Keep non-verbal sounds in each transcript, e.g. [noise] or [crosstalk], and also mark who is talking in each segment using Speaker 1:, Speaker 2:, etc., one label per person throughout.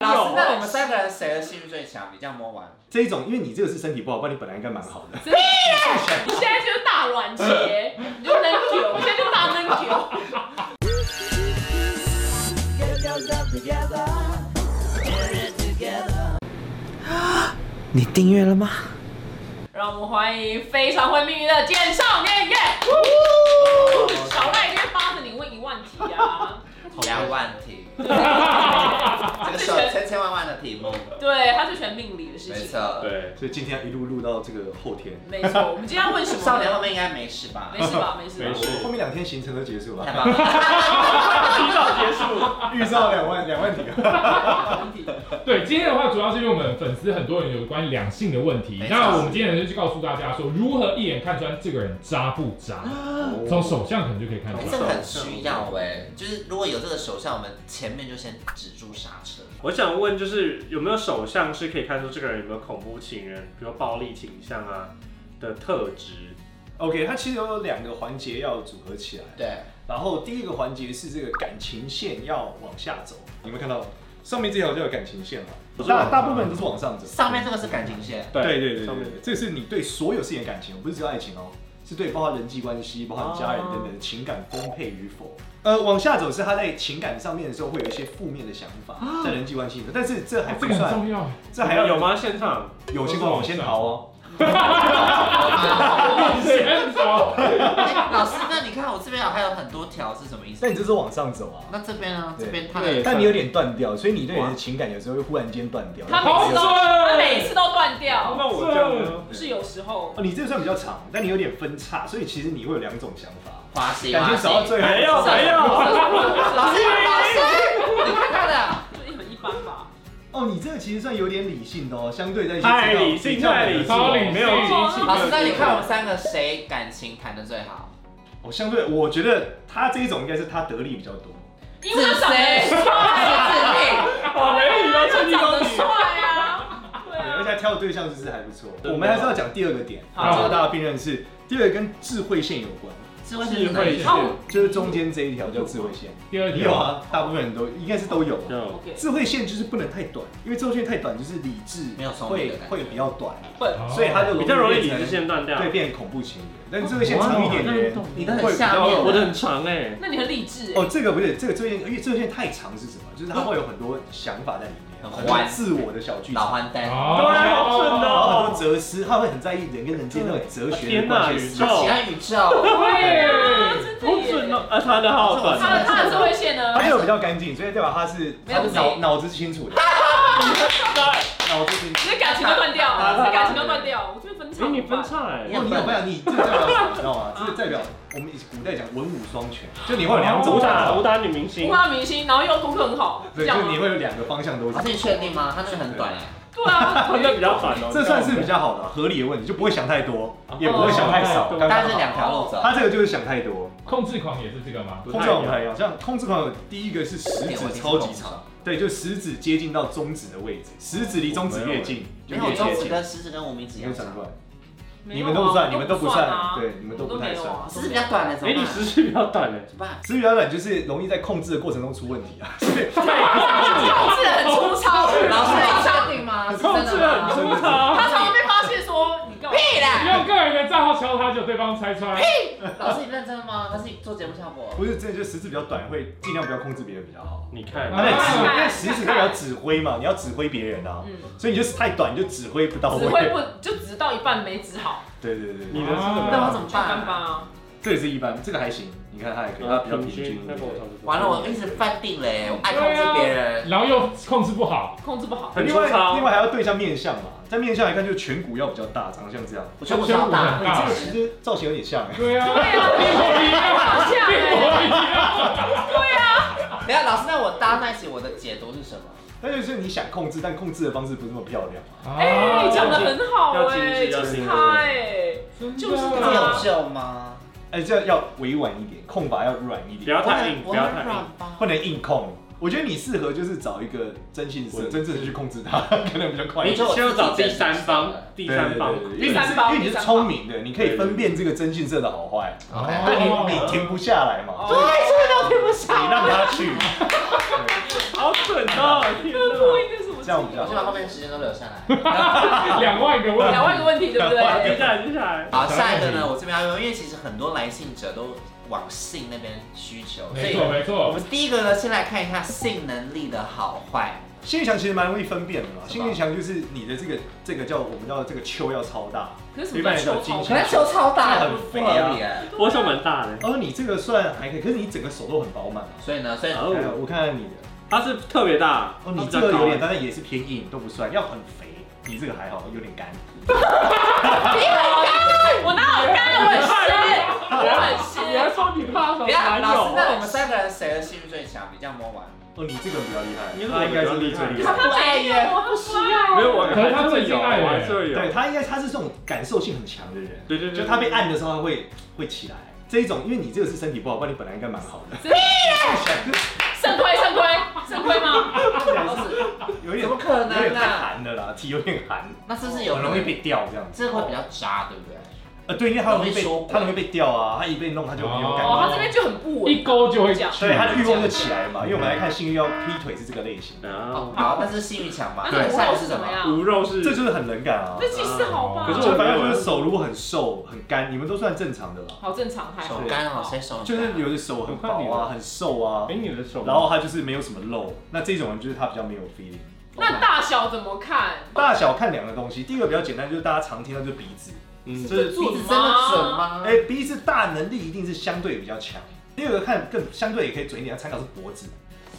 Speaker 1: 啊
Speaker 2: 我们三个人谁的性欲最强？你这样摸完，
Speaker 3: 这一种，因为你这个是身体不好，不然你本来应该蛮好的。
Speaker 1: 真的你现在就是大软鞋，你就能扭，你现在就大能扭。
Speaker 4: 你订阅了吗？
Speaker 1: 让我们欢迎非常会命运的简少年耶！小赖今天扒着你问一万题 [laughs] 啊，
Speaker 2: 两万题，这
Speaker 1: 他
Speaker 2: 个
Speaker 1: 最
Speaker 2: 是有
Speaker 1: 全
Speaker 2: 千千万万的题目，
Speaker 1: 对，他最全命理的事
Speaker 2: 没
Speaker 1: 情。
Speaker 2: 错。
Speaker 3: 对，所以今天要一路录到这个后天，
Speaker 1: 没错，我们今天要问什么呢？
Speaker 2: 少年后面应该没事吧
Speaker 1: 没？事吧？没事吧？
Speaker 5: 没事
Speaker 3: 后面两天行程都结
Speaker 2: [laughs]
Speaker 3: 束
Speaker 2: 太
Speaker 3: 了，
Speaker 2: 棒了！
Speaker 5: 提早结束。
Speaker 3: 预兆两万两万题。啊
Speaker 1: 问题
Speaker 5: 对，今天的话主要是因为我们粉丝很多人有关于两性的问题
Speaker 2: 没，错
Speaker 5: 那我们今天就去告诉大家说，如何一眼看穿这个人渣不渣，
Speaker 3: 啊
Speaker 5: 从手相可能就可以看
Speaker 2: 哎
Speaker 5: 出
Speaker 2: 这
Speaker 5: 来。
Speaker 2: 个很需要哎，就是如果有这个手相，我们前面就先止住刹车。
Speaker 6: 我想问，就是有没有手相是可以看出这个人有没有恐怖情人，比如暴力倾向啊的特质？
Speaker 3: OK，它其实有两个环节要组合起来。
Speaker 2: 对，
Speaker 3: 然后第一个环节是这个感情线要往下走，你有没有看到上面这条叫感情线嘛？大大部分都是往上走。
Speaker 2: 上面这个是感情 [laughs] 线，
Speaker 3: 对对对对
Speaker 6: 上
Speaker 3: 对
Speaker 6: 面，
Speaker 3: 这是你对所有事情的感情，不是只有爱情哦，是对包含人际关系、包含家人等等的情感丰沛与否。呃，往下走是他在情感上面的时候会有一些负面的想法，在人际关系里头，但是这还
Speaker 5: 哦这
Speaker 3: 不
Speaker 5: 个很
Speaker 3: 算，
Speaker 5: 重要，
Speaker 3: 这还要
Speaker 6: 有？吗？现场
Speaker 3: 有情况我先逃哦。
Speaker 5: 先走。
Speaker 2: 哎老师，那你看我这边还有很多条是什么意思
Speaker 3: 但？你这是往上走啊，
Speaker 2: 那这边呢？这
Speaker 3: 对
Speaker 2: 边它
Speaker 5: 对
Speaker 2: 的
Speaker 3: 但你有点断掉，所以你对人的情感有时候会忽然间断掉。
Speaker 1: 他
Speaker 5: 好
Speaker 1: 每次
Speaker 5: 准
Speaker 1: 都，他每次都断掉，
Speaker 6: 那我这样呢？
Speaker 1: 是有时候
Speaker 3: 哦，你这个算比较长，但你有点分叉，所以其实你会有两种想法。
Speaker 2: 花心，
Speaker 3: 感
Speaker 2: 花
Speaker 3: 情走到
Speaker 2: 心。
Speaker 3: 最后，
Speaker 6: 没有没有，
Speaker 2: 老师，老师，你看他啊的，
Speaker 1: 就很一般吧。
Speaker 3: 哦，你这个其实算有点理性的哦，相对在一些
Speaker 6: 太理性
Speaker 3: 比较
Speaker 6: 太理性
Speaker 5: 超理性
Speaker 6: 没有激情。
Speaker 2: 老师，那你看我们三个谁感情谈的最好？
Speaker 3: 哦，相对我觉得他这一种应该是他得力比较多。
Speaker 1: 因为他长得帅啊，
Speaker 2: 自
Speaker 6: 我没有遇到趁机
Speaker 1: 长
Speaker 6: 攻
Speaker 1: 得
Speaker 6: 你。
Speaker 1: 帅啊，对
Speaker 3: 对，而
Speaker 1: 啊，
Speaker 3: 且他挑的对象就是还不错。
Speaker 6: 对
Speaker 3: 我们还是要讲第二个点，
Speaker 1: 好
Speaker 3: 值得大家辨认是第二个跟智慧线有关，
Speaker 2: 自己，智慧是哪里
Speaker 6: 智慧
Speaker 1: 哦
Speaker 3: 就是中间这一条叫智慧线。
Speaker 5: 第二
Speaker 3: 你
Speaker 5: 题
Speaker 3: 有，啊？大部分人都应该是都有啊。
Speaker 6: 有，
Speaker 1: ，OK，
Speaker 3: 智慧线就是不能太短，因为智慧线太短就是理智
Speaker 2: 没有聪明
Speaker 3: 会
Speaker 2: 的感觉
Speaker 3: 会比较短，
Speaker 1: 笨，
Speaker 5: 哦
Speaker 3: 所以他就
Speaker 6: 哦比较容易理
Speaker 3: 变
Speaker 6: 智
Speaker 3: 成
Speaker 6: 线哦断掉。
Speaker 3: 对变恐怖情人。但智慧线长一点的人，
Speaker 2: 你的
Speaker 3: 会
Speaker 2: 很
Speaker 3: 比
Speaker 2: 下
Speaker 3: 较
Speaker 2: 面，
Speaker 6: 我的很长哎，
Speaker 1: 那你很励志
Speaker 3: 哦，这个不是这个这件，因为这件太长是什么？就是它会有很多想法在里面，
Speaker 2: 哦很
Speaker 3: 很多
Speaker 2: 欢
Speaker 3: 自我的小剧
Speaker 2: 老
Speaker 3: 场，
Speaker 2: 欢
Speaker 5: 对，
Speaker 2: 灯，
Speaker 6: 好准
Speaker 3: 然
Speaker 6: 哦
Speaker 3: 后很多哲思，他会很在意人跟人之间那种哲学的
Speaker 6: 天哪
Speaker 3: 关系
Speaker 6: 宇
Speaker 3: 思
Speaker 6: 宙
Speaker 3: 想。
Speaker 2: 喜欢宇宙，
Speaker 1: 对
Speaker 6: 好准哦！啊，他的好
Speaker 2: 哦
Speaker 1: 他的
Speaker 6: 短，
Speaker 1: 他的智慧线呢
Speaker 3: 他？这个比较干净，所以代表他是
Speaker 1: 没有
Speaker 3: 他是
Speaker 1: 没
Speaker 3: 脑脑子是清楚的，脑子清楚。
Speaker 1: 你的感情都断掉了，你的感情都断掉，我这边分
Speaker 6: 哎，
Speaker 1: 叉，
Speaker 6: 你分叉哎
Speaker 2: 你，
Speaker 3: 哦，
Speaker 2: 很
Speaker 3: 你
Speaker 2: 笨
Speaker 3: 有没有？你这个代表什么？你知道吗？这个代表我们以古代讲文武双全，就你会有哦两种
Speaker 6: 武
Speaker 3: 想
Speaker 6: 打
Speaker 3: 法，
Speaker 6: 武打女明星
Speaker 1: 不，怕明星，然后又功课很好，这
Speaker 3: 对，
Speaker 1: 样
Speaker 3: 就
Speaker 1: 吗
Speaker 3: 你？会有两个方向都
Speaker 2: 老
Speaker 3: 讲
Speaker 2: 师，。你确定吗？他那个很短哎，
Speaker 1: 对啊，
Speaker 6: 应该比较短哦。
Speaker 3: 这算是比较好的合理的问题，就不会想太多，也不会想太少。
Speaker 6: 哦
Speaker 3: 刚刚
Speaker 2: 但
Speaker 3: 好
Speaker 2: 是两条路走，
Speaker 3: 他这个就是想太多。
Speaker 5: 控制狂也是这个吗？
Speaker 6: 不
Speaker 3: 控
Speaker 6: 太
Speaker 3: 制
Speaker 6: 一样
Speaker 3: 狂不太一样，像控制狂有第一个是食指超级长，对，就食指接近到中指的位置，食指离中指越近
Speaker 2: 哦没
Speaker 3: 就
Speaker 2: 有
Speaker 3: 越接
Speaker 2: 中指
Speaker 3: 近。
Speaker 2: 跟食指跟无名指一
Speaker 3: 你
Speaker 2: 样
Speaker 3: 们转
Speaker 2: 长
Speaker 3: 过，来，
Speaker 1: 没
Speaker 3: 你
Speaker 1: 有啊
Speaker 3: 们都不算，
Speaker 1: 我
Speaker 3: 你们都不
Speaker 1: 啊
Speaker 3: 算，对，你们
Speaker 1: 我
Speaker 3: 都不
Speaker 1: 没
Speaker 3: 太
Speaker 1: 有
Speaker 3: 算。
Speaker 1: 啊
Speaker 2: 哦食指比较短的怎
Speaker 6: 哎，
Speaker 2: 么
Speaker 6: 你
Speaker 2: 办？
Speaker 6: 食指比较短哎，
Speaker 2: 怎么办？
Speaker 3: 食指比较短，就是容易在控制的过程中出问题啊。
Speaker 1: 控制得很粗糙，
Speaker 2: 老师，
Speaker 1: 非常
Speaker 2: 你确定吗？是
Speaker 6: 控
Speaker 2: 真
Speaker 6: 制
Speaker 2: 的
Speaker 6: 很
Speaker 2: 吗？
Speaker 6: 粗糙。
Speaker 1: 他常常被发现说你干嘛？
Speaker 2: 屁啦！
Speaker 5: 用个人的账号敲他，就对方拆穿。
Speaker 2: 老师，你认真的吗？他是做节目效果。
Speaker 3: 不是，真的就食指比较短，会尽量不要控制别人比较好。
Speaker 6: 你
Speaker 2: 啊
Speaker 6: 看，
Speaker 3: 他在指，
Speaker 1: 哎
Speaker 3: 因为食指代表指挥嘛，你要指挥别人啊，
Speaker 1: 嗯，
Speaker 3: 所以你就是太短，你就指挥不到
Speaker 1: 指挥
Speaker 3: 位。
Speaker 1: 不就指到一半没指好，
Speaker 3: 对对对
Speaker 6: 你
Speaker 3: 对，
Speaker 6: 的是怎么
Speaker 2: 那
Speaker 6: 样
Speaker 2: 我？怎么
Speaker 1: 就干巴
Speaker 2: 办？
Speaker 1: 啊！
Speaker 3: 这也是一般，这个还行，你看它还可以，它比较平均一
Speaker 6: 那
Speaker 3: 点
Speaker 6: 个。我同事
Speaker 2: 完了，我一直犯定了哎，我爱控制别人。
Speaker 5: 然后又控制不好，
Speaker 1: 控制不好，
Speaker 6: 很
Speaker 3: 另
Speaker 6: 粗
Speaker 3: 外，
Speaker 6: 糙
Speaker 3: 另外还要对一下面相嘛，在面相来看，就是颧骨要比较大，长得像这样。
Speaker 2: 我觉得我超大，
Speaker 6: 啊
Speaker 3: 这个其实造型有点像哎。
Speaker 5: 对啊，
Speaker 1: 对啊
Speaker 5: 一模一样，
Speaker 1: 好像欸
Speaker 5: 一模一样。
Speaker 2: 等一下老师，那我搭在一起，我的解读是什么？
Speaker 3: 那就是你想控制，但控制的方式不是那么漂亮啊。
Speaker 1: 哎，你讲的很好
Speaker 6: 要精
Speaker 1: 哎，
Speaker 6: 致
Speaker 1: 就
Speaker 6: 要
Speaker 1: 是
Speaker 6: 精致
Speaker 1: 他哎，就是
Speaker 2: 这
Speaker 1: 他
Speaker 2: 有救吗？
Speaker 3: 哎，这样要委婉一点，控法要软一
Speaker 6: 不
Speaker 3: 点，
Speaker 6: 要太硬，不要太硬。
Speaker 2: 吧
Speaker 3: 不。能硬控。我觉得你适合就是找一个真性色、
Speaker 6: 我
Speaker 3: 真正的去控制它， [laughs] 可能比较快一
Speaker 6: 你
Speaker 3: 点。
Speaker 6: 先要找第三方，第
Speaker 3: 第
Speaker 6: 三方，
Speaker 3: 因为
Speaker 1: 第
Speaker 3: 你
Speaker 1: 三
Speaker 3: 是
Speaker 1: 方
Speaker 3: 因为你是聪明的，你可以分辨这个真性色的好坏，
Speaker 5: 哦
Speaker 6: 哦
Speaker 2: OK，
Speaker 3: 但你你停不下来嘛，
Speaker 1: 对，这个都听不
Speaker 3: 你
Speaker 1: 下。
Speaker 3: 让他去。
Speaker 6: 好准哦！天
Speaker 1: 这
Speaker 6: 哪
Speaker 1: 个不应该是我
Speaker 3: 这样比较
Speaker 2: 我先把
Speaker 3: 好。
Speaker 2: 后面的时间都留下来。
Speaker 5: 两万个问题
Speaker 1: 两，万个问题，对不
Speaker 6: 接
Speaker 1: 对？
Speaker 6: 下来，接下来，啊
Speaker 2: 好，下一个呢，我这边要用，因为其实很多来信者都往性那边需求，所
Speaker 5: 没
Speaker 2: 以
Speaker 5: 错没
Speaker 2: 我
Speaker 5: 错，
Speaker 2: 们第一个呢，先来看一下性能力的好坏。
Speaker 3: 心理墙其实蛮容易分辨的嘛，
Speaker 6: 哦
Speaker 3: 心理墙就是你的这个这个叫我们叫这个丘要超大，
Speaker 1: 可是什么叫
Speaker 3: 一般人都有
Speaker 1: 超
Speaker 3: 精
Speaker 2: 可
Speaker 3: 神
Speaker 1: 超？
Speaker 2: 能球超大，
Speaker 3: 那很
Speaker 2: 不
Speaker 3: 肥
Speaker 2: 合
Speaker 3: 啊
Speaker 2: 理哎。
Speaker 6: 我手蛮大的，
Speaker 3: 而你这个算还可以，可是你整个手都很饱满嘛。
Speaker 2: 所以呢，所以
Speaker 6: 哦
Speaker 3: 哎我看看你的，
Speaker 6: 它是特别大，
Speaker 3: 哦，你
Speaker 6: 比较
Speaker 3: 这个有点
Speaker 6: 高
Speaker 3: 大，但也是偏硬，都不算，要很肥。你这个还好，有点干。
Speaker 1: 你很干，我哪有干？我很湿，我很
Speaker 5: 你还
Speaker 1: 湿。
Speaker 5: 说你怕什么
Speaker 2: 等一下
Speaker 5: 男
Speaker 2: 老师，那
Speaker 5: 友？
Speaker 2: 我们三个人谁的性欲最强？比较摸完。
Speaker 3: 哦，你这个比较厉害，
Speaker 6: 你这个
Speaker 3: 他应该是
Speaker 6: 比较厉害
Speaker 3: 最厉
Speaker 1: 他
Speaker 3: 害。
Speaker 1: 不爱耶，我不需要。
Speaker 6: 没有我，
Speaker 5: 可是他
Speaker 6: 还真
Speaker 5: 最
Speaker 6: 的
Speaker 5: 近
Speaker 6: 有，
Speaker 5: 爱
Speaker 6: 我还
Speaker 5: 耶
Speaker 6: 真的有，
Speaker 3: 对他应该他是这种感受性很强的人，
Speaker 6: 对对对，
Speaker 3: 就他被按的时候他会会起来。这一种，因为你这个是身体不好，不然你本来应该蛮好的。
Speaker 1: 肾亏肾亏肾亏吗？
Speaker 2: 老师，
Speaker 3: 有一点
Speaker 2: 怎么可
Speaker 3: 有点
Speaker 2: 能
Speaker 3: 太
Speaker 2: 啊？
Speaker 3: 寒了啦，体有点寒，
Speaker 2: 那是不是有
Speaker 3: 很容易被掉这样子。
Speaker 2: 这会比较渣，对不对？
Speaker 3: 呃，对，因为他容易
Speaker 2: 容
Speaker 3: 被
Speaker 2: 易说
Speaker 3: 他容易被掉啊，他一被弄他就很有感
Speaker 1: 哦，
Speaker 3: 觉，
Speaker 1: 他这边就很不稳，
Speaker 5: 一勾就会
Speaker 1: 这样
Speaker 3: 所以他的欲望就起来了嘛。因为我们来看性欲要劈腿是这个类型，
Speaker 2: 哦，
Speaker 6: 啊，
Speaker 2: 好，那是性欲强嘛？
Speaker 1: 那
Speaker 2: 那
Speaker 1: 你
Speaker 2: 下一
Speaker 1: 肉
Speaker 2: 个
Speaker 1: 是
Speaker 2: 是
Speaker 1: 怎
Speaker 2: 什
Speaker 1: 么
Speaker 2: 么？
Speaker 6: 无
Speaker 1: 样？
Speaker 6: 肉是
Speaker 3: 这就是很冷感啊
Speaker 1: 那。其实好吧，
Speaker 5: 可
Speaker 6: 是
Speaker 3: 就
Speaker 6: 我
Speaker 3: 反正就是手如果很瘦很干，你们都算正常的啦。
Speaker 1: 好正常，还好
Speaker 2: 手。干哦，谁手很干
Speaker 3: 就是有的手很薄啊，很瘦啊
Speaker 5: 哎，，你的手
Speaker 3: 然后他就是没有什么肉，那这种人就是他比较没有 feeling。
Speaker 1: 那大小怎么看？
Speaker 3: 大小看两个东西，第一个比较简单，就是大家常听到就是鼻子，
Speaker 6: 嗯
Speaker 3: 就，是
Speaker 2: 鼻子真的准吗？
Speaker 3: 哎、鼻子大能力一定是相对比较强。第二个看更相对也可以准一点，参考是脖子，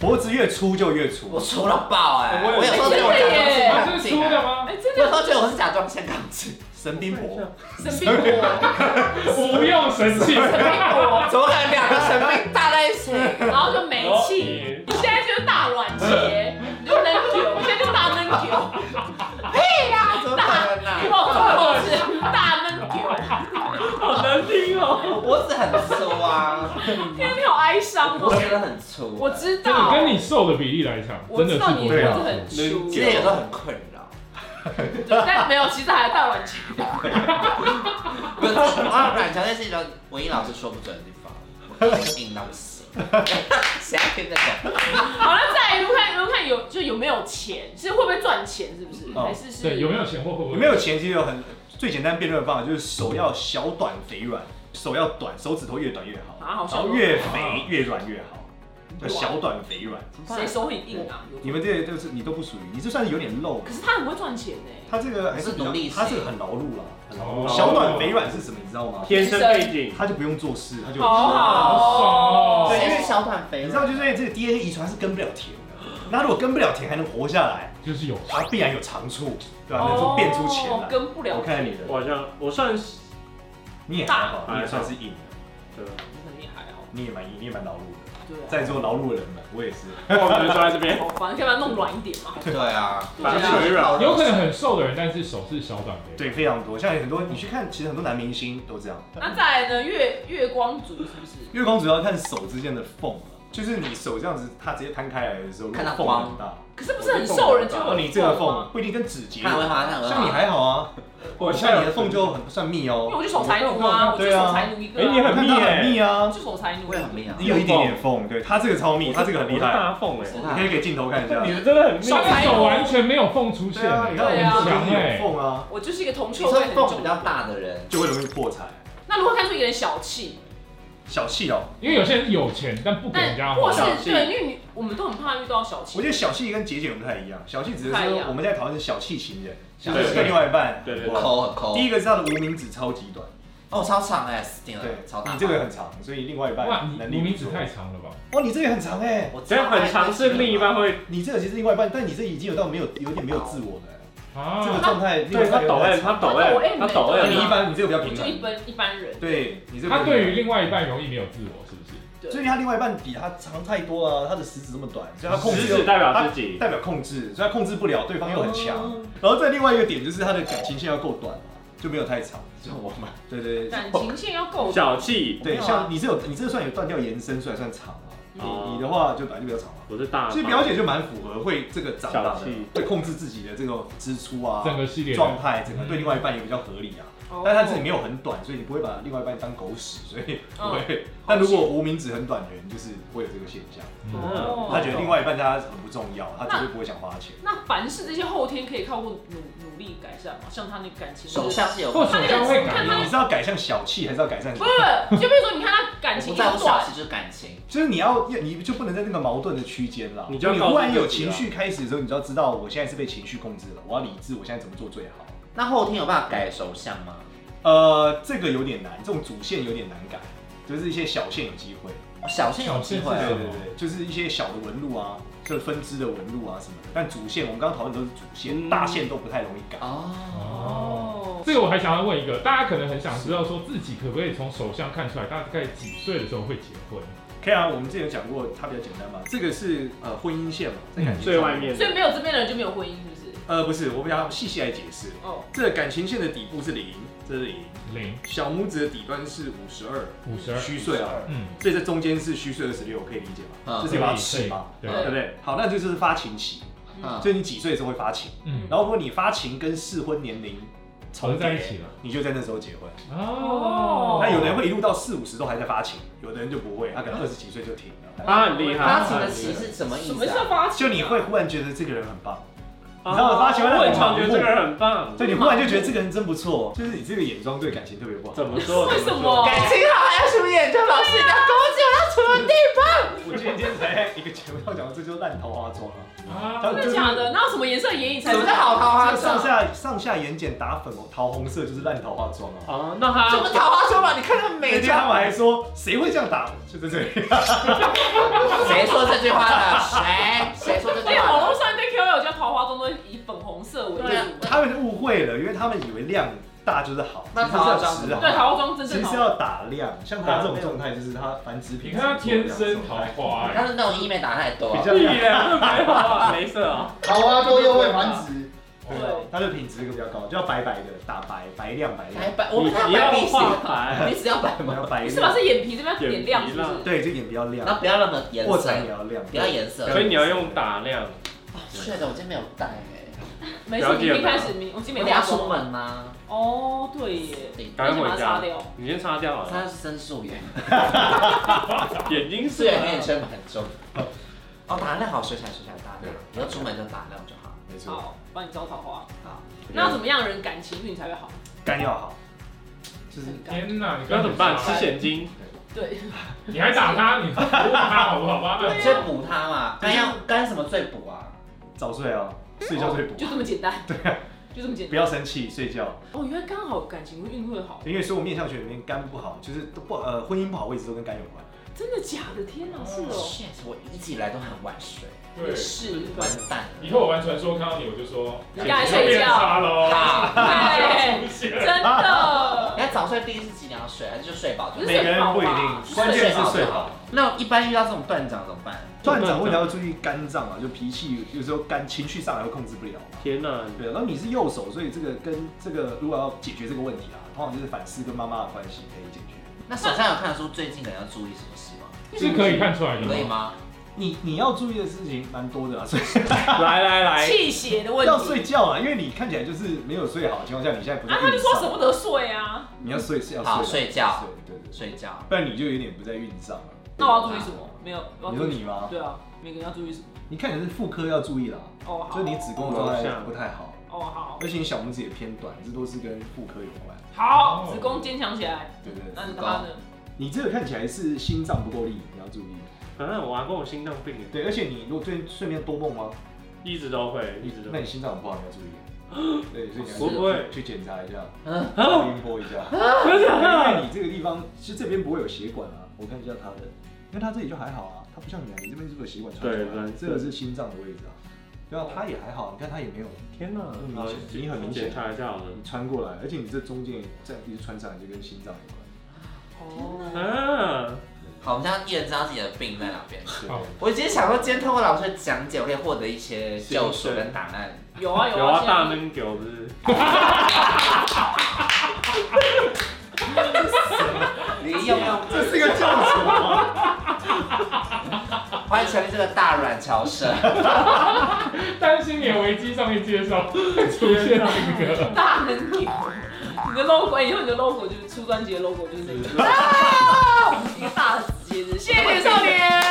Speaker 3: 脖子越粗就越粗。
Speaker 2: 我粗到爆哎！
Speaker 5: 我
Speaker 2: 我
Speaker 5: 也
Speaker 2: 有
Speaker 5: 是
Speaker 2: 时候觉得我假装
Speaker 1: 哎
Speaker 2: 先
Speaker 5: 他
Speaker 2: 钢
Speaker 5: 是粗的
Speaker 2: 筋，
Speaker 5: 吗？
Speaker 1: 哎，真
Speaker 2: 我有时
Speaker 1: 的
Speaker 2: 候觉得我是假装先钢筋，
Speaker 3: 神兵脖，
Speaker 1: 神病哦
Speaker 2: [laughs]
Speaker 1: 魔，
Speaker 5: 不用神器，
Speaker 2: 怎么可能两个神兵搭在一起？
Speaker 1: 哦然后就没气。你现在就是大软鞋，你就能久，你现在就大能久，
Speaker 2: 啊怎么可能
Speaker 1: 以
Speaker 2: 啊？
Speaker 1: 后做是大能久。
Speaker 6: 好难听哦，
Speaker 2: 我脖子很粗啊，
Speaker 1: 天啊，你好哀伤
Speaker 2: 我
Speaker 1: 哦。
Speaker 2: 真的很粗。啊
Speaker 1: 我知
Speaker 5: 这个
Speaker 1: 道，
Speaker 5: 跟你瘦的比例来讲，
Speaker 1: 我
Speaker 5: 真的
Speaker 1: 知
Speaker 5: 是
Speaker 1: 道你
Speaker 5: 不
Speaker 1: 脖
Speaker 5: 一
Speaker 3: 对
Speaker 1: 子
Speaker 3: 啊
Speaker 5: 样。
Speaker 1: 很
Speaker 6: 能
Speaker 1: 粗，
Speaker 2: 其实有时候很困扰。
Speaker 1: 但没有，其实还有大软鞋。
Speaker 2: 不是，我软强这是一个文英老师说不准的地方，我硬到不行。谁要听这个？
Speaker 1: 好了，再来一路看一路看有就有没有钱，是会不会赚钱，是不是？
Speaker 3: 哦
Speaker 1: 还是是
Speaker 5: 对，有没有钱或会不
Speaker 3: 有
Speaker 5: 会？
Speaker 3: 没有前期有很最简单辩论的方法，就是手要小短肥软，手要短，手指头越短越好，
Speaker 1: 啊好嗯啊
Speaker 3: 然后
Speaker 1: 像
Speaker 3: 越肥越软越好，叫小短肥软。
Speaker 1: 谁手很硬啊？有
Speaker 3: 你们这些都是你都不属于，你这算是有点漏
Speaker 1: 可。是他很会赚钱呢。
Speaker 3: 他这个还是
Speaker 2: 是
Speaker 3: 比较
Speaker 2: 独立，性
Speaker 3: 他这个很劳碌啦，很劳
Speaker 5: 哦
Speaker 3: 碌。小短肥软是什么，你知道吗？
Speaker 6: 天生背景，
Speaker 3: 他就不用做事，他就啊
Speaker 1: 好好，哦
Speaker 5: 好
Speaker 2: 对，
Speaker 3: 对
Speaker 2: 因
Speaker 3: 因
Speaker 2: 为
Speaker 3: 为
Speaker 2: 小短肥
Speaker 3: 你知
Speaker 2: 肉
Speaker 3: 道，就是因为这个 DNA 遗传是跟不了甜的，那如果跟不了甜还能活下来，
Speaker 5: 就是有
Speaker 3: 它必然有长处，对吧、能说变出钱
Speaker 1: 哦
Speaker 3: 来。
Speaker 1: 跟不了
Speaker 3: 我看你的，
Speaker 6: 我好像我算是，
Speaker 3: 你也还好，你也算是硬的，
Speaker 6: 对
Speaker 1: 很厉害哦。
Speaker 3: 你也蛮硬，你也蛮劳碌的。
Speaker 1: 对啊，哦
Speaker 3: 在座劳碌的人们，我也是。
Speaker 6: 我们就坐在这边，
Speaker 1: 好烦，可以把它弄软一点
Speaker 3: [laughs]
Speaker 1: 嘛。
Speaker 2: 对啊，
Speaker 6: 把它腿软，
Speaker 5: 有可能很瘦的人，但是手是小短的。
Speaker 3: 对，非常多，像很多你去看，其实很多男明星都这样。
Speaker 1: 那再来呢？月月光族是不是？
Speaker 3: 月光主要看手之间的缝了，就是你手这样子，它直接摊开来的时候，
Speaker 2: 看到
Speaker 3: 那个缝很大。
Speaker 1: 可是不是很瘦人就
Speaker 3: 哦，
Speaker 1: 有
Speaker 3: 你这个缝
Speaker 1: 吗？
Speaker 3: 不一定跟指节有，
Speaker 2: 看文华，看文华，
Speaker 3: 像你还好啊，
Speaker 6: 我
Speaker 3: 像你的缝就很不算
Speaker 1: 因
Speaker 3: 密
Speaker 1: 为
Speaker 3: 哦。
Speaker 1: 我就守财奴啊，我就
Speaker 3: 对啊
Speaker 1: 守财奴一个啊。
Speaker 6: 哎你很
Speaker 3: 看它
Speaker 6: 欸
Speaker 3: 很密啊
Speaker 1: 我，就守财奴
Speaker 2: 我也。很厉害
Speaker 3: 你。有一点点缝，对他这个超密，他这个很厉害，
Speaker 6: 大缝哎，
Speaker 2: 我
Speaker 3: 你可以
Speaker 2: 看，
Speaker 3: 给镜头看一下。
Speaker 6: 你的真的很厉
Speaker 5: 他
Speaker 6: 害，
Speaker 5: 的手完全没有缝出现
Speaker 3: 对，啊，你看我
Speaker 1: 对
Speaker 3: 们
Speaker 1: 啊
Speaker 3: 这边
Speaker 5: 很
Speaker 3: 就
Speaker 5: 强
Speaker 3: 是有
Speaker 5: 哎。
Speaker 3: 缝啊，
Speaker 1: 我就是一个铜
Speaker 2: 你
Speaker 1: 臭
Speaker 2: 说
Speaker 1: 味很
Speaker 2: 缝
Speaker 1: 重
Speaker 2: 比较。大的人，
Speaker 3: 就会容易破财。
Speaker 1: 那如何看出一个人小气？
Speaker 3: 小气哦，
Speaker 5: 因为有些人有钱，但不给人家
Speaker 1: 但
Speaker 5: 花
Speaker 1: 或。是
Speaker 3: 啊
Speaker 6: 小气
Speaker 1: 对，因为你我们都很怕遇到小气。
Speaker 3: 我觉得小气跟节俭不太一样，小气只是
Speaker 1: 不太一
Speaker 3: 说
Speaker 1: 样
Speaker 3: 我们在讨论是小气情人，
Speaker 2: 小
Speaker 3: 小
Speaker 2: 气
Speaker 3: 气跟另外一半。
Speaker 6: 对对对
Speaker 3: 哇
Speaker 2: 抠很抠
Speaker 3: 第。一个是他的无名指超级短，
Speaker 2: 哦，超长哎，死定了
Speaker 3: 对，，
Speaker 2: 超大。
Speaker 3: 你这个很长，所以另外一
Speaker 5: 哇，
Speaker 3: 半
Speaker 5: 你
Speaker 3: 能
Speaker 5: 你
Speaker 3: 力
Speaker 5: 名
Speaker 3: 不
Speaker 5: 指
Speaker 3: 错
Speaker 5: 太长了吧？
Speaker 3: 哇，你这个很长哎，
Speaker 2: 我知
Speaker 6: 这
Speaker 2: 道
Speaker 6: 样很常是另一半会，
Speaker 3: 你这个其实另外一半，但你这已经有到没有有点没有自我了，
Speaker 5: 啊
Speaker 3: 这个状态另外
Speaker 6: 对
Speaker 3: 一
Speaker 6: 他
Speaker 3: 半有
Speaker 6: 抖
Speaker 3: 点
Speaker 6: M，
Speaker 3: 长
Speaker 6: 他抖 M，他抖
Speaker 3: 但
Speaker 6: M，
Speaker 3: 你一般你这个比较
Speaker 1: 我
Speaker 3: 平
Speaker 1: 就一
Speaker 3: 常，
Speaker 1: 般一般人。
Speaker 3: 对你这个
Speaker 5: 他对于另外一半容易没有自我，是不是？
Speaker 3: 所以他另外一半比他长太多了，他的食指这么短，所以他控制
Speaker 6: 食指代表自
Speaker 3: 他
Speaker 6: 己，
Speaker 3: 代表控制，所以他控制不了，对方又很
Speaker 2: 哦
Speaker 3: 强。然后再另外一个点就是他的感情线要够短嘛，就没有太长。
Speaker 2: 就我们
Speaker 3: 对对对
Speaker 1: 感，情线要够
Speaker 6: 小气，
Speaker 3: 对，
Speaker 2: 没有啊
Speaker 3: 像你这有你这算有断掉延伸，所以还算长啊。
Speaker 6: 哦
Speaker 3: 你你的话就本来就比较长嘛。
Speaker 6: 我是大，
Speaker 3: 所以表姐就蛮符合会这个长大
Speaker 6: 小
Speaker 3: 的
Speaker 6: 气，
Speaker 3: 会控制自己的这个支出啊，
Speaker 5: 整个系列的
Speaker 3: 状态，整个对另外一半也比较合理啊。
Speaker 1: 哦
Speaker 2: 嗯
Speaker 3: 但它自己没有很短，所以你不会把另外一半当狗屎，所以不
Speaker 1: 哦
Speaker 3: 会。但如果无名指很短的人，就是不会有这个现象。
Speaker 5: 嗯
Speaker 6: 嗯
Speaker 1: 哦
Speaker 3: 他觉得另外一半对他很不重要，他绝对不会想花钱。
Speaker 1: 那凡是这些后天可以靠过努努力改善嘛，像他那感情
Speaker 2: 手相是有
Speaker 5: 或
Speaker 2: 关
Speaker 5: 手
Speaker 2: 系的，
Speaker 5: 相
Speaker 1: 看
Speaker 5: 会改
Speaker 1: 他
Speaker 5: 吗
Speaker 3: 你？是要改善小气，还是要改善什
Speaker 1: 不
Speaker 3: 么
Speaker 1: 是？不是，就比如说你看他感
Speaker 2: 我
Speaker 1: 情
Speaker 2: 不在
Speaker 1: 很
Speaker 2: 乎小
Speaker 1: 短，
Speaker 2: 事，就是感情。
Speaker 3: 就是你要，你就不能在那个矛盾的区间啦。
Speaker 6: 你就要
Speaker 3: 你
Speaker 6: 告诉
Speaker 3: 忽然有
Speaker 6: 自己
Speaker 3: 情
Speaker 6: 啊
Speaker 3: 绪开始的时候，你就要知道我现在是被情绪控制了，我要理智，我现在怎么做最好。
Speaker 2: 那后天有办法改手相吗？
Speaker 3: 呃，这个有点难，这种主线有点难改，就是一些小线有机会。
Speaker 2: 哦小线有机会
Speaker 5: 小
Speaker 3: 对
Speaker 2: 哦，
Speaker 5: 线
Speaker 3: 对对，就是一些小的纹路啊，就是分支的纹路啊什么的。但主线我们刚刚讨论都是主线，
Speaker 6: 嗯
Speaker 3: 大线都不太容易改。
Speaker 2: 哦，
Speaker 1: 哦，
Speaker 5: 这个我还想要问一个，大家可能很想知道，说自己可不可以从手相看出来，大概几岁的时候会结婚？
Speaker 3: 可以啊，我们之前有讲过，它比较简单嘛。这个是呃婚姻线嘛，在感情
Speaker 6: 嗯最
Speaker 3: 上
Speaker 6: 外。面
Speaker 1: 所以
Speaker 6: 的
Speaker 1: 没有这边的人就没有婚姻，是不是？
Speaker 3: 呃，不是，我们要细细来解释。
Speaker 1: 哦，
Speaker 3: 这个感情线的底部是零，这是零，
Speaker 5: 零
Speaker 3: 小拇指的底端是五十二
Speaker 5: 五十二，
Speaker 3: 虚岁啊，
Speaker 5: 嗯，
Speaker 3: 所以这中间是虚岁二十六，可以理解吗？
Speaker 6: 啊
Speaker 2: 嗯
Speaker 3: 就是有把它吃嘛，
Speaker 5: 对，
Speaker 3: 对不对？好，那就是发情期，
Speaker 2: 嗯，
Speaker 3: 所以你几岁的时候会发情？
Speaker 5: 嗯，
Speaker 3: 然后如果你发情跟适婚年龄
Speaker 5: 吵
Speaker 3: 重
Speaker 5: 在一
Speaker 3: 叠，
Speaker 5: 起了。
Speaker 3: 你就在那时候结婚。
Speaker 5: 哦，
Speaker 3: 那有的人会一路到四五十都还在发情，有的人就不会，他可能二十几岁就停了。
Speaker 6: 他很厉害，
Speaker 2: 发情的期是什么意
Speaker 1: 什么
Speaker 2: 思
Speaker 1: 叫
Speaker 2: 啊？
Speaker 1: 发情？
Speaker 3: 就你会忽然觉得这个人很棒，
Speaker 6: 啊
Speaker 3: 你知道吗发情会让
Speaker 6: 我
Speaker 3: 你
Speaker 6: 很常觉得这个人很棒，
Speaker 3: 对你忽然就觉得这个人真不错，就是你这个眼妆对感情特别不好。
Speaker 6: 怎么说？
Speaker 1: 为什
Speaker 6: 怎
Speaker 1: 么
Speaker 6: 说？
Speaker 2: 感情好还要什么眼妆？老师，你要攻击我要什么地方？
Speaker 3: 我今天才一个节目上讲，这就是烂桃花妆啊。
Speaker 5: 啊，
Speaker 1: 真的假的？那有什么颜色的眼影才
Speaker 2: 什么叫好桃花
Speaker 3: 这个上
Speaker 2: 妆？
Speaker 3: 下上下眼睑打粉红桃红色就是烂桃花妆啊。
Speaker 6: 哦，那
Speaker 2: 什么
Speaker 6: 他
Speaker 2: 桃花妆嘛？你看那个
Speaker 3: 那
Speaker 2: 美
Speaker 3: 天他
Speaker 2: 妆
Speaker 3: 们，还说谁会这样打，就在这里。
Speaker 2: 谁说这句话的？谁谁说这
Speaker 1: 哎
Speaker 2: 句
Speaker 1: 呀，
Speaker 2: 话
Speaker 1: 网络
Speaker 2: 的？
Speaker 1: 上一堆 KOL 叫桃花妆都以粉红色为主，
Speaker 2: 对啊
Speaker 1: 对
Speaker 3: 他们误会了，因为他们以为量大就是好，
Speaker 2: 那
Speaker 3: 其实是
Speaker 2: 桃花
Speaker 3: 要
Speaker 2: 妆
Speaker 3: 时
Speaker 2: 怎么
Speaker 3: 好。
Speaker 1: 桃花妆真
Speaker 3: 其
Speaker 1: 正
Speaker 3: 实是
Speaker 1: 好。
Speaker 3: 要打量，像他这种状态就是他繁殖
Speaker 5: 你
Speaker 3: 品。
Speaker 5: 看他啊天生桃花，
Speaker 2: [laughs]
Speaker 5: 哎
Speaker 2: 但是那种医美打太多啊
Speaker 3: 比
Speaker 6: [laughs]
Speaker 2: 了，
Speaker 3: 较
Speaker 6: 屁耶，没有啊，没事
Speaker 3: [laughs]
Speaker 6: 啊。
Speaker 7: 桃花多又会繁殖，
Speaker 3: 对，它的品质比较高，就要白白的，打白白亮白
Speaker 2: 白
Speaker 3: 亮，
Speaker 2: 白，哎我
Speaker 6: 你
Speaker 2: 们看
Speaker 6: 你
Speaker 2: 白
Speaker 6: 要
Speaker 2: 鼻
Speaker 6: 画
Speaker 2: 屎，
Speaker 6: 白，
Speaker 2: 鼻屎要白
Speaker 3: 我们要
Speaker 2: 吗？
Speaker 3: 白
Speaker 1: 你是吧？
Speaker 3: 亮。
Speaker 1: 是眼皮这边要点亮，
Speaker 6: 眼
Speaker 1: 是不
Speaker 6: 皮啦
Speaker 1: 是？
Speaker 3: 对，这点比较
Speaker 2: 然后
Speaker 3: 亮，
Speaker 2: 不要那么颜
Speaker 3: 卧
Speaker 2: 色
Speaker 3: 蚕，也要亮，
Speaker 2: 不要颜色。
Speaker 6: 所以你要用打量。
Speaker 2: 是的，我今天没有带哎。
Speaker 1: 没事，
Speaker 6: 了
Speaker 1: 你
Speaker 6: 解
Speaker 1: 一开
Speaker 3: 啊
Speaker 6: 了
Speaker 1: 始你我今天
Speaker 2: 我等
Speaker 1: 没
Speaker 2: 下
Speaker 1: 化
Speaker 2: 出
Speaker 1: 妆。
Speaker 2: 门吗？
Speaker 1: 哦，对耶，
Speaker 2: 对
Speaker 6: 赶
Speaker 1: 把
Speaker 6: 快回
Speaker 1: 它
Speaker 6: 家
Speaker 1: 擦掉。
Speaker 6: 你先擦掉
Speaker 2: 他
Speaker 6: 了，
Speaker 2: 是真素 [laughs] 颜，
Speaker 6: 眼睛
Speaker 2: 素
Speaker 6: 是啊
Speaker 2: 颜黑眼圈蛮重。哦，打量好，学起来学起来打量，以后出门就打量就好。
Speaker 3: 没错，
Speaker 1: 好，帮你招桃花。
Speaker 2: 好，
Speaker 1: 那要怎么样人感情运才会好？
Speaker 3: 肝要好，就是
Speaker 1: 很干
Speaker 5: 天哪，你
Speaker 6: 那
Speaker 5: 刚
Speaker 6: 怎么办？吃现金？
Speaker 1: 对，
Speaker 5: 你还打他，你服务他好不好？麻烦。
Speaker 2: 所以补他嘛，肝要肝什么最补啊？
Speaker 3: 早睡哦， [laughs] 睡觉最补
Speaker 1: 就，这么简单。对
Speaker 3: 啊，
Speaker 1: [laughs] 就这么简
Speaker 3: 不
Speaker 1: 单。
Speaker 3: 要生气，睡觉。
Speaker 1: 哦，原来刚好感情运会好，
Speaker 3: 因为所有面相学里面肝不好，就是都不呃婚姻不好，位置都跟肝有关。
Speaker 1: 真的假的？天哪，是哦。
Speaker 2: shit，我一直以来都很晚睡，
Speaker 5: 对，
Speaker 1: 是，
Speaker 2: 完蛋了。
Speaker 5: 以后我玩传说看到你，我就说
Speaker 1: 你该
Speaker 5: 姐姐
Speaker 1: 睡觉
Speaker 5: 变差喽。
Speaker 1: [laughs] 对，
Speaker 2: [laughs]
Speaker 5: 出现
Speaker 1: 真的。
Speaker 2: 你看早睡第一是几点要睡，还是就睡饱
Speaker 1: 不
Speaker 2: 就好？
Speaker 1: 是
Speaker 3: 每个人不一定，关键是睡好。
Speaker 2: 那一般遇到这种断掌怎么办？
Speaker 3: 断掌为了要注意肝脏啊，就脾气有时候肝情绪上来会控制不了嘛。
Speaker 6: 天哪！
Speaker 3: 对，然后你是右手，所以这个跟这个如果要解决这个问题啊，通常就是反思跟妈妈的关系可以解决。
Speaker 2: 那手上有看书，最近可能要注意什么事吗？
Speaker 5: [laughs] 是可以看出来的
Speaker 2: 可以
Speaker 5: 吗？
Speaker 2: 吗？
Speaker 3: 你你要注意的事情蛮多的啊，所以
Speaker 6: 来来来，
Speaker 1: 气血的问
Speaker 3: 哎要
Speaker 1: 题。
Speaker 3: 睡觉啊，因为你看起来就是没有睡好的情况下，你现在不是
Speaker 1: 啊，他就
Speaker 3: 运
Speaker 1: 说
Speaker 3: 上
Speaker 1: 舍不得睡啊。
Speaker 3: 你要睡是要睡
Speaker 2: 好
Speaker 3: 好
Speaker 2: 睡觉
Speaker 3: 对对对，
Speaker 2: 睡觉。
Speaker 3: 不然你就有点不在运上了。
Speaker 1: 那我要注意什么？没有，我要
Speaker 3: 你
Speaker 1: 注
Speaker 3: 说
Speaker 1: 意
Speaker 3: 你吗？
Speaker 1: 对啊，每个人要注意什么？
Speaker 3: 你看起来是妇科要注意啦，
Speaker 1: 哦，好。
Speaker 3: 就你子宫的状态不太好，
Speaker 1: 哦，好
Speaker 3: 而且你小拇指也偏短，这都是跟妇科有关。
Speaker 1: 好，子宫坚强起来。
Speaker 3: 哦对对
Speaker 1: 那
Speaker 3: 对，
Speaker 1: 你他呢？
Speaker 3: 你这个看起来是心脏不够力，你要注意。
Speaker 6: 啊，我阿公有心脏病耶，
Speaker 3: 对，而且你如果最近睡眠多梦吗？
Speaker 6: 一直都会，一直都
Speaker 3: 那
Speaker 6: 会
Speaker 3: 你。心脏很不好，你要注意。 [gasps] 对，所以你要
Speaker 6: 我不会啊
Speaker 3: 去检查一下，
Speaker 2: 嗯，
Speaker 3: 超音波一下，因为你这个地方其实这边不会有血管啊。我看一下他的，因为他这里就还好啊，他不像你啊，你这边是不是有血管穿出
Speaker 6: 对
Speaker 3: 来
Speaker 6: 对？
Speaker 3: 这个是心脏的位置啊。对啊，他也还好，你看他也没有
Speaker 6: 天哪！
Speaker 3: 好你哦很明显
Speaker 6: 检查一下好了。
Speaker 3: 穿过来，而且你这中间这样一直穿上来就跟心脏有关。
Speaker 1: 哦，
Speaker 6: 啊，
Speaker 2: 好，我们现在一人知道自己的病在哪边。
Speaker 3: 哦
Speaker 5: 好
Speaker 2: 我今天想说，今天通过老师的讲解，我可以获得一些救赎跟答案。
Speaker 1: 有啊有
Speaker 6: 有啊，大
Speaker 1: 啊，
Speaker 6: 闷狗不是？
Speaker 2: 你有没有
Speaker 3: 这是个教程啊吗？
Speaker 2: 欢迎成立这个大软桥
Speaker 1: [laughs]
Speaker 2: 社？
Speaker 5: 担心免危机上面介绍出现这个，
Speaker 1: 大能你的 logo，哎以后你的 logo 就是出专辑的 logo 就是那个，一个大的结子。谢谢少年。哦